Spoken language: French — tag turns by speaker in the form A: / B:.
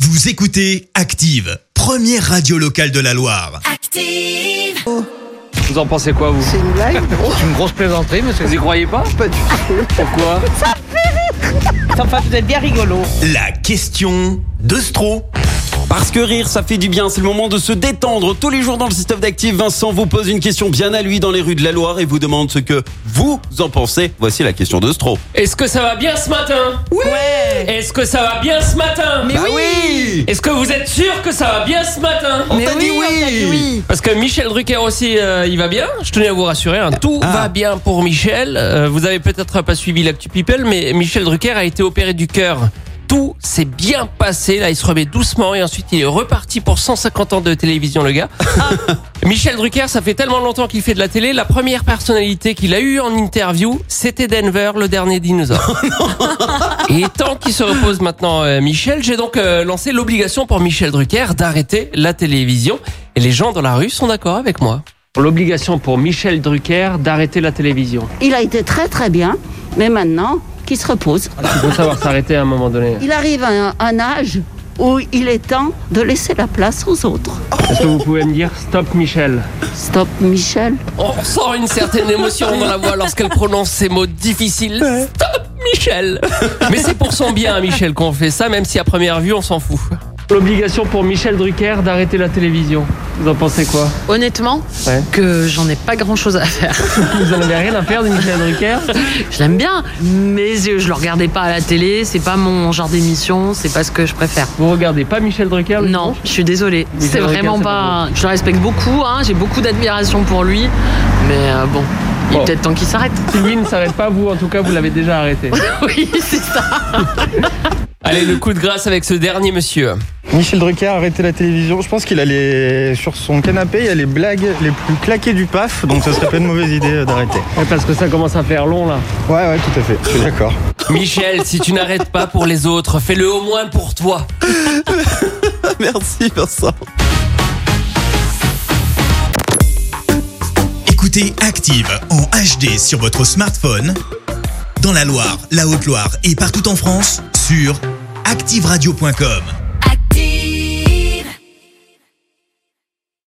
A: Vous écoutez Active, première radio locale de la Loire.
B: Active.
C: Vous en pensez quoi, vous
D: C'est une blague
C: C'est une grosse plaisanterie, monsieur. Vous y croyez pas
D: Pas du tout.
C: Pourquoi
D: Enfin, vous êtes bien rigolo.
A: La question de Stro.
E: Parce que rire, ça fait du bien. C'est le moment de se détendre. Tous les jours dans le système d'active, Vincent vous pose une question bien à lui dans les rues de la Loire et vous demande ce que vous en pensez. Voici la question de Stro.
F: Est-ce que ça va bien ce matin
D: Ouais.
F: Est-ce que ça va bien ce matin
E: bah oui,
F: Est-ce que vous êtes sûr que ça va bien ce matin
E: On t'a dit oui,
F: Parce que Michel Drucker aussi, euh, il va bien. Je tenais à vous rassurer, hein, tout
E: Ah.
F: va bien pour Michel. Euh, vous avez peut-être pas suivi l'actu People, mais Michel Drucker a été opéré du cœur. Tout s'est bien passé. Là, il se remet doucement et ensuite il est reparti pour 150 ans de télévision, le gars. Ah, Michel Drucker, ça fait tellement longtemps qu'il fait de la télé. La première personnalité qu'il a eue en interview, c'était Denver, le dernier dinosaure. Et tant qu'il se repose maintenant, euh, Michel, j'ai donc euh, lancé l'obligation pour Michel Drucker d'arrêter la télévision. Et les gens dans la rue sont d'accord avec moi. L'obligation pour Michel Drucker d'arrêter la télévision.
D: Il a été très très bien, mais maintenant, qu'il se repose.
F: Il faut Ah, savoir s'arrêter à un moment donné.
D: Il arrive à un, un âge où il est temps de laisser la place aux autres.
F: Est-ce que vous pouvez me dire stop Michel
D: Stop, Michel.
F: On ressent une certaine émotion dans la voix lorsqu'elle prononce ces mots difficiles. Stop Michel Mais c'est pour son bien, Michel, qu'on fait ça, même si à première vue, on s'en fout. L'obligation pour Michel Drucker d'arrêter la télévision. Vous en pensez quoi
G: Honnêtement,
F: Ouais.
G: que j'en ai pas grand chose à faire.
F: Vous en avez rien à faire de Michel Drucker
G: Je l'aime bien, mais je le regardais pas à la télé, c'est pas mon genre d'émission, c'est pas ce que je préfère.
F: Vous regardez pas Michel Drucker le
G: Non, je suis désolée.
F: Mais
G: C'est
F: c'est vrai
G: vraiment
F: qu'elle, c'est
G: pas. Je le respecte beaucoup, hein, j'ai beaucoup d'admiration pour lui, mais euh, bon, il
F: Bon.
G: est peut-être temps qu'il s'arrête.
F: Sylvie ne s'arrête pas, vous en tout cas, vous l'avez déjà arrêté.
G: oui, c'est ça.
F: Allez, le coup de grâce avec ce dernier monsieur.
H: Michel Drucker a arrêté la télévision. Je pense qu'il a les... sur son canapé, il y a les blagues les plus claquées du PAF, donc ça serait pas une mauvaise idée euh, d'arrêter.
F: parce que ça commence à faire long là.
H: Ouais, ouais, tout à fait. Je suis d'accord.
F: Michel, si tu n'arrêtes pas pour les autres, fais-le au moins pour toi.
E: Merci Vincent.
A: Écoutez Active en HD sur votre smartphone, dans la Loire, la Haute-Loire et partout en France, sur activeradio.com.